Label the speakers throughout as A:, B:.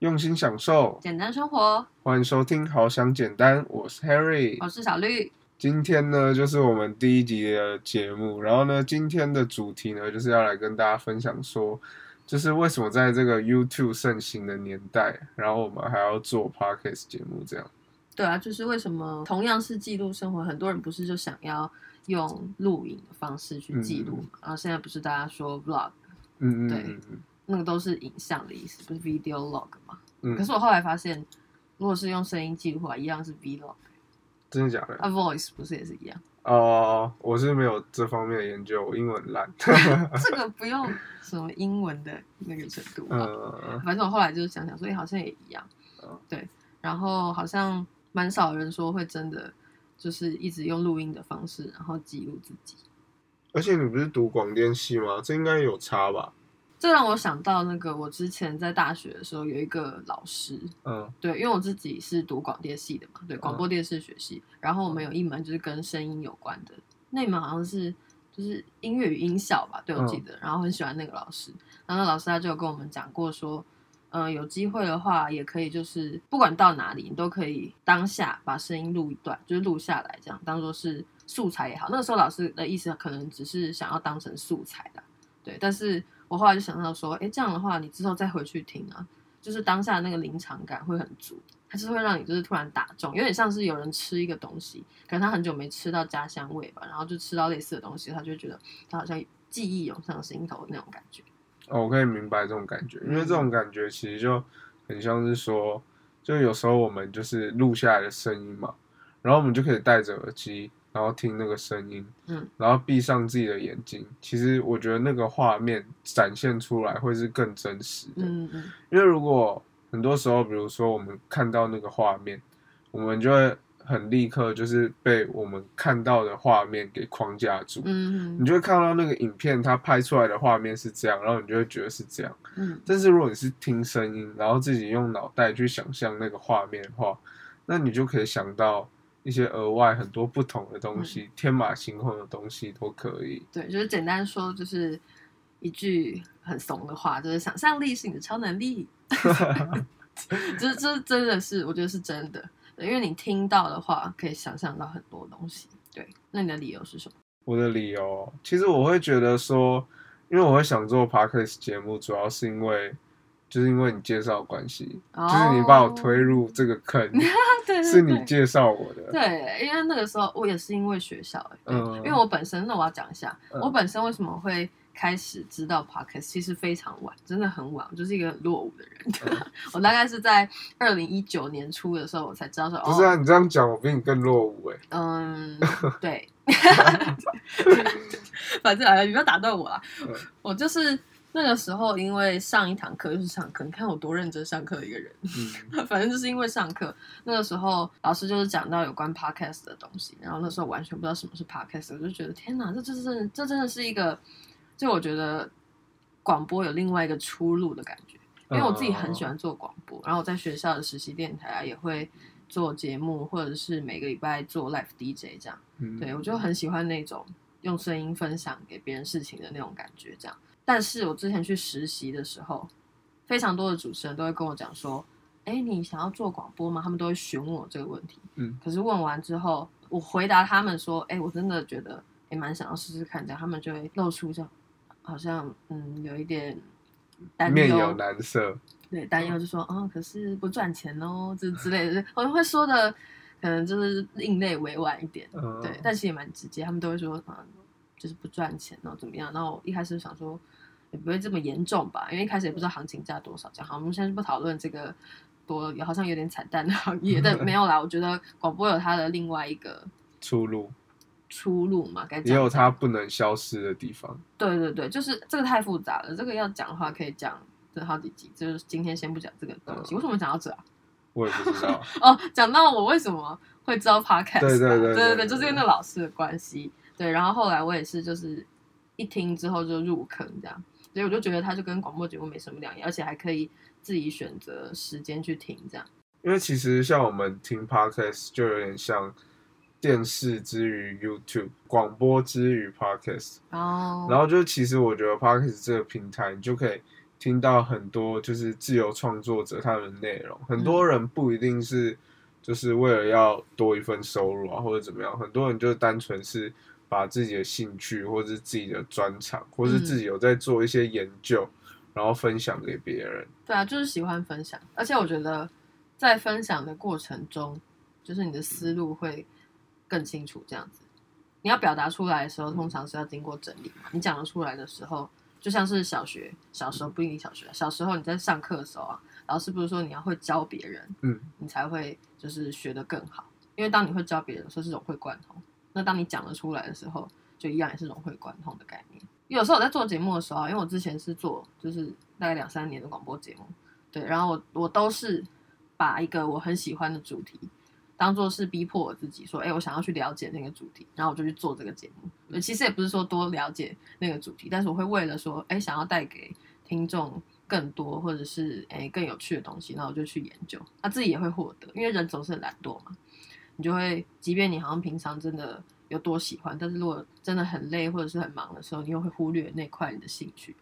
A: 用心享受。
B: 简单生活，
A: 欢迎收听《好想简单》，我是 Harry。
B: 我是小绿。
A: 今天呢，就是我们第一集的节目。然后呢，今天的主题呢，就是要来跟大家分享说，就是为什么在这个 YouTube 盛行的年代，然后我们还要做 Podcast 节目这样。
B: 对啊，就是为什么同样是记录生活，很多人不是就想要用录影的方式去记
A: 嗯
B: 录嘛？然后现在不是大家说 vlog，
A: 嗯嗯
B: 对
A: 嗯嗯
B: 那个都是影像的意思，不是 video log 嘛？
A: 嗯，
B: 可是我后来发现，如果是用声音记录的话，一样是 vlog，
A: 真的假的？
B: 啊 voice 不是也是一样？
A: 哦、我是没有这方面的研究，我英文很烂。
B: 这个不用什么英文的那个程度吧？
A: 嗯
B: 反正我后来就是想想，所以好像也一样
A: 嗯，
B: 对。然后好像蛮少人说会真的就是一直用录音的方式，然后记录自己。
A: 而且你不是读广电系吗？这应该有差吧？
B: 这让我想到那个我之前在大学的时候有一个老师，
A: 嗯
B: 对，因为我自己是读广电系的嘛，对，广播电视学系。然后我们有一门就是跟声音有关的，那一门好像是就是音乐与音效吧，对我记得。然后很喜欢那个老师，然后那老师他就有跟我们讲过说，嗯、有机会的话也可以就是不管到哪里，你都可以当下把声音录一段，就是录下来这样当做是素材也好。那个时候老师的意思可能只是想要当成素材啦，对。但是我后来就想到说，哎，这样的话你之后再回去听啊，就是当下那个临场感会很足，它就是会让你就是突然打中，有点像是有人吃一个东西，可能他很久没吃到家乡味吧，然后就吃到类似的东西，他就觉得他好像记忆涌上心头那种感觉。
A: 哦，我可以明白这种感觉，因为
B: 嗯
A: 这种感觉其实就很像是说，就有时候我们就是录下来的声音嘛，然后我们就可以戴着耳机，然后听那个声音，
B: 嗯，
A: 然后闭上自己的眼睛。其实我觉得那个画面展现出来会是更真实的，
B: 嗯嗯
A: 因为如果很多时候，比如说我们看到那个画面，我们就会很立刻就是被我们看到的画面给框架住，
B: 嗯
A: 你就会看到那个影片它拍出来的画面是这样，然后你就会觉得是这样。
B: 嗯
A: 但是如果你是听声音，然后自己用脑袋去想象那个画面的话，那你就可以想到一些额外很多不同的
B: 嗯
A: 东西，天马行空的东西都可以。
B: 对，就是简单说，就是一句很怂的话，就是想象力是你的超能 力。这这真的是，我觉得是真的，对因为你听到的话，可以想象到很多东西。对，那你的理由是什么？
A: 我的理由，其实我会觉得说，因为我会想做 podcast 节目，主要是因为就是因为你介绍的关系，就是你把我推
B: 哦，
A: 入这个 坑，
B: 对对
A: 是你
B: 对
A: 介绍我的。
B: 对，因为那个时候我也是因为学校、欸，对
A: 嗯
B: 因为我本身，那我要讲一下，
A: 嗯
B: 我本身为什么会开始知道 podcast，其实非常晚，真的很晚，我就是一个很落伍的人。
A: 嗯
B: 我大概是在二零一九年初的时候，我才知道说，
A: 不是啊，
B: 哦，
A: 你这样讲我比你更落伍哎、
B: 嗯，对，反正哎呀，你不要打断我啦
A: 嗯，
B: 我就是。那个时候，因为上一堂课就是上课，你看我多认真上课的一个人，
A: 嗯
B: 反正就是因为上课那个时候，老师就是讲到有关 podcast 的东西，然后那时候完全不知道什么是 podcast，我就觉得天哪，这就是真的这真的是一个，就我觉得广播有另外一个出路的感觉，因为我
A: 嗯
B: 自己很喜欢做广播，然后我在学校的实习电台啊也会做节目，或者是每个礼拜做 live DJ 这样。
A: 嗯，
B: 对我就很喜欢那种用声音分享给别人事情的那种感觉，这样。但是我之前去实习的时候，非常多的主持人都会跟我讲说：“哎，你想要做广播吗？”他们都会询问我这个问题。
A: 嗯，
B: 可是问完之后，我回答他们说：“哎，我真的觉得也蛮想要试试看这样。”他们就会露出这样，好像嗯有一点担
A: 面
B: 忧
A: 有难色。
B: 对，担忧就说，嗯，可是不赚钱哦，这之类的，我们 会说的，可能就是另类委婉一点，
A: 嗯，
B: 对，但其实也蛮直接，他们都会说，嗯，就是不赚钱哦，怎么样？然后我一开始想说，也不会这么严重吧，因为一开始也不知道行情价多少，这样好，我们现在就不讨论这个多，好像有点惨淡的行 业，但没有啦，我觉得广播有它的另外一个
A: 出路
B: 出路嘛，该
A: 也
B: 讲
A: 有它不能消失的地方。
B: 对对对，就是这个太复杂了，这个要讲的话可以讲这好几集，就是今天先不讲这个东
A: 嗯
B: 西，为什么讲到这啊？
A: 我也不知 道。
B: 哦，讲到我为什么会知道 podcast，
A: 对对
B: 啊
A: 对
B: 对
A: 对
B: 对，就是因为那老师的关系。对，然后后来我也是就是一听之后就入坑这样，所以我就觉得它就跟广播节目没什么两样，而且还可以自己选择时间去听这样。
A: 因为其实像我们听 podcast 就有点像电视之于 YouTube，广播之于 podcast，
B: 然后，
A: 哦然后就其实我觉得 podcast 这个平台，你就可以听到很多就是自由创作者他们的内容，很多人不一定是就是为了要多一份收入啊，或者怎么样，很多人就单纯是把自己的兴趣或者是自己的专长，或是自己有在做一些研究，然后分享给别人。
B: 对啊，就是喜欢分享，而且我觉得在分享的过程中，就是你的思路会更清楚。这样子，你要表达出来的时候，通常是要经过整理嘛。你讲得出来的时候，就像是小学小时候不一定小学，啊小时候你在上课的时候啊，老师不是说你要会教别人，
A: 嗯，
B: 你才会就是学得更好。因为当你会教别人的时候是融会贯通，那当你讲得出来的时候，就一样也是融会贯通的概念。有时候我在做节目的时候啊，因为我之前是做就是大概两三年的广播节目，对，然后我我都是把一个我很喜欢的主题，当做是逼迫我自己说，哎、我想要去了解那个主题，然后我就去做这个节目。呃其实也不是说多了解那个主题，但是我会为了说，哎、想要带给听众更多或者是哎、更有趣的东西，那我就去研究，那自己也会获得，因为人总是很懒惰嘛，你就会，即便你好像平常真的有多喜欢，但是如果真的很累或者是很忙的时候，你又会忽略那块你的兴趣。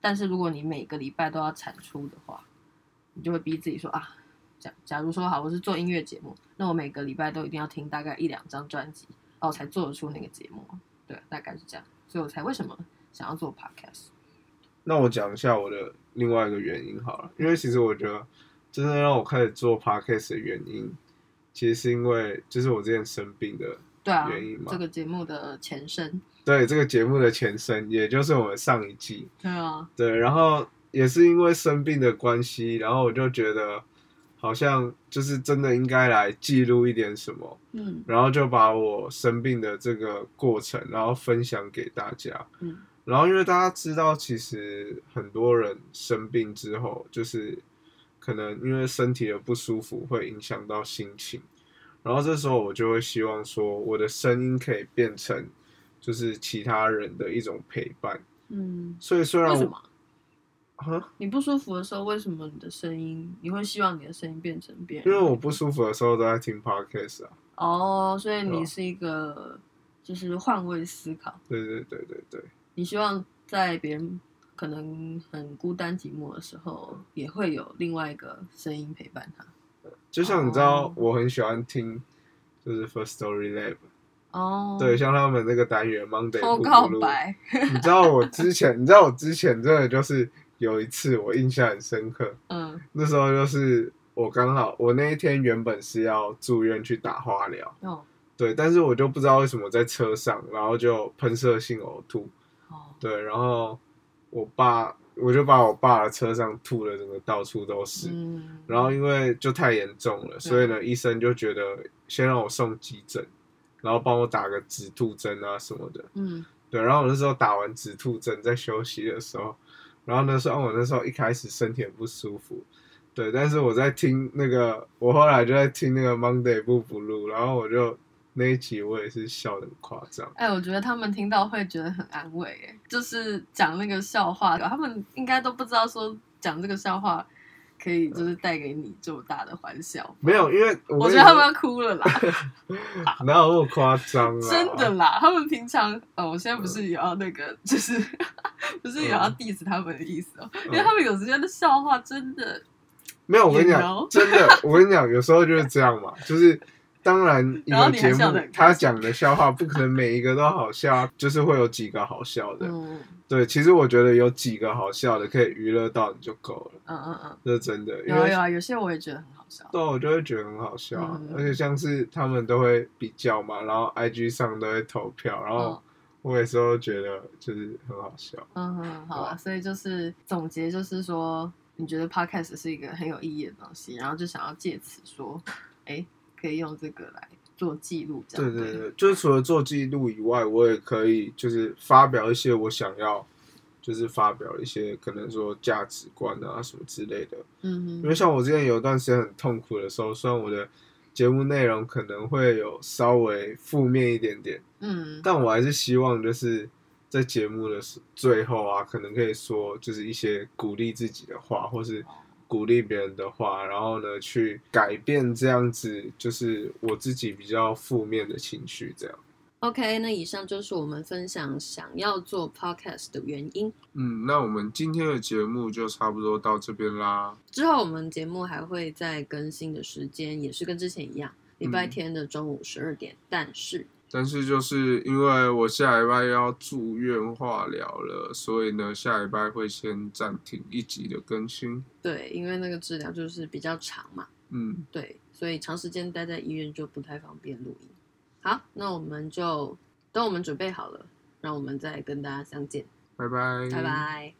B: 但是如果你每个礼拜都要产出的话，你就会逼自己说啊，假假如说好，我是做音乐节目，那我每个礼拜都一定要听大概一两张专辑，然后我才做得出那个节目。啊对，大概是这样，所以我才为什么想要做 podcast。
A: 那我讲一下我的另外一个原因好了，因为其实我觉得真正让我开始做 podcast 的原因，其实是因为就是我之前生病的
B: 对啊
A: 原因，嘛
B: 这个节目的前身。
A: 对这个节目的前身，也就是我们上一季。
B: 对啊，
A: 对，然后也是因为生病的关系，然后我就觉得好像就是真的应该来记录一点什么，
B: 嗯
A: 然后就把我生病的这个过程，然后分享给大家。
B: 嗯，
A: 然后因为大家知道，其实很多人生病之后，就是可能因为身体的不舒服会影响到心情，然后这时候我就会希望说，我的声音可以变成就是其他人的一种陪伴。
B: 嗯，
A: 所以虽然
B: 为什
A: 我
B: 么
A: 啊，
B: 你不舒服的时候，为什么你的声音，你会希望你的声音变成别人？
A: 因为我不舒服的时候都在听 podcast 啊，
B: 哦，所以
A: 对啊
B: 你
A: 吧
B: 是一个就是换位思考，
A: 对对对对对，
B: 你希望在别人可能很孤单寂寞的时候，也会有另外一个声音陪伴他。
A: 就像你知道
B: 哦，
A: 我很喜欢听就是 First Story Lab，、
B: 哦，
A: 对，，像他们那个单元 Monday
B: 偷
A: 不
B: 告
A: 咕噜
B: 白，
A: 你知道我之前，你知道我之前真的就是有一次我印象很深刻，
B: 嗯，
A: 那时候就是我刚好我那一天原本是要住院去打化疗，
B: 哦，
A: 对，但是我就不知道为什么在车上，然后就喷射性呕吐，
B: 哦，
A: 对，然后我爸我就把我爸的车上吐的整个到处都是，
B: 嗯，
A: 然后因为就太严重了，所以呢，医生就觉得先让我送急诊，然后帮我打个止吐针啊什么的。
B: 嗯，
A: 对，然后我那时候打完止吐针在休息的时候，然后那时候我那时候一开始身体很不舒服，对，但是我在听那个，我后来就在听那个 Monday 不不录，然后我就那一集我也是笑得很夸张，
B: 哎，我觉得他们听到会觉得很安慰，哎，就是讲那个笑话，他们应该都不知道说讲这个笑话可以就是带给你这么大的欢笑。
A: 嗯没有，因为我
B: 我
A: 跟你
B: 觉得他
A: 说
B: 们要哭 了啦。
A: 哪有那么夸张啊？
B: 真的啦，他们平常呃，我现在不是也要那个，就是不是也要
A: 嗯
B: diss 他们的意思哦，因
A: 嗯，
B: 为他们有时间的笑话真的，
A: 没有，我跟你
B: You
A: 讲
B: know？，
A: 真的，我跟你讲，有时候就是这样嘛，就是当然一
B: 然后
A: 个
B: 你
A: 节
B: 还笑
A: 目
B: 得很开心
A: 他讲的笑话不可能每一个都好笑啊，就是会有几个好笑的。
B: 嗯
A: 对，其实我觉得有几个好笑的可以娱乐到你就够了，
B: 嗯嗯嗯，
A: 这是真的，因
B: 有啊
A: 为
B: 有啊，有些我也觉得很好笑，
A: 对我就会觉得很好笑啊、
B: 嗯
A: 而且像是他们都会比较嘛，然后 IG 上都会投票，然后
B: 嗯
A: 我有时候觉得就是很好笑。
B: 嗯嗯，好
A: 对
B: 啊，
A: 啊
B: 所以就是总结就是说，你觉得 podcast 是一个很有意义的东西，然后就想要借此说，哎，可以用这个来做记录，这
A: 对
B: 样
A: 对，对，就是除了做记录以外，我也可以就是发表一些我想要，就是发表一些可能说价值观啊什么之类的。
B: 嗯
A: 因为
B: 哼，
A: 像我之前有一段时间很痛苦的时候，虽然我的节目内容可能会有稍微负面一点点，
B: 嗯
A: 但我还是希望就是在节目的时最后啊，可能可以说就是一些鼓励自己的话，或是鼓励别人的话，然后呢去改变这样子，就是我自己比较负面的情绪这样。
B: OK，那以上就是我们分享想要做 podcast 的原因。
A: 嗯，那我们今天的节目就差不多到这边啦。
B: 之后我们节目还会再更新的时间，也是跟之前一样，礼拜
A: 嗯
B: 天的中午十二点。但是
A: 但是就是因为我下礼拜要住院化疗了，所以呢，下礼拜会先暂停一集的更新。
B: 对，因为那个治疗就是比较长嘛，
A: 嗯，
B: 对，所以长时间待在医院就不太方便录音。好，那我们就等我们准备好了，让我们再跟大家相见，
A: 拜拜，
B: 拜。拜。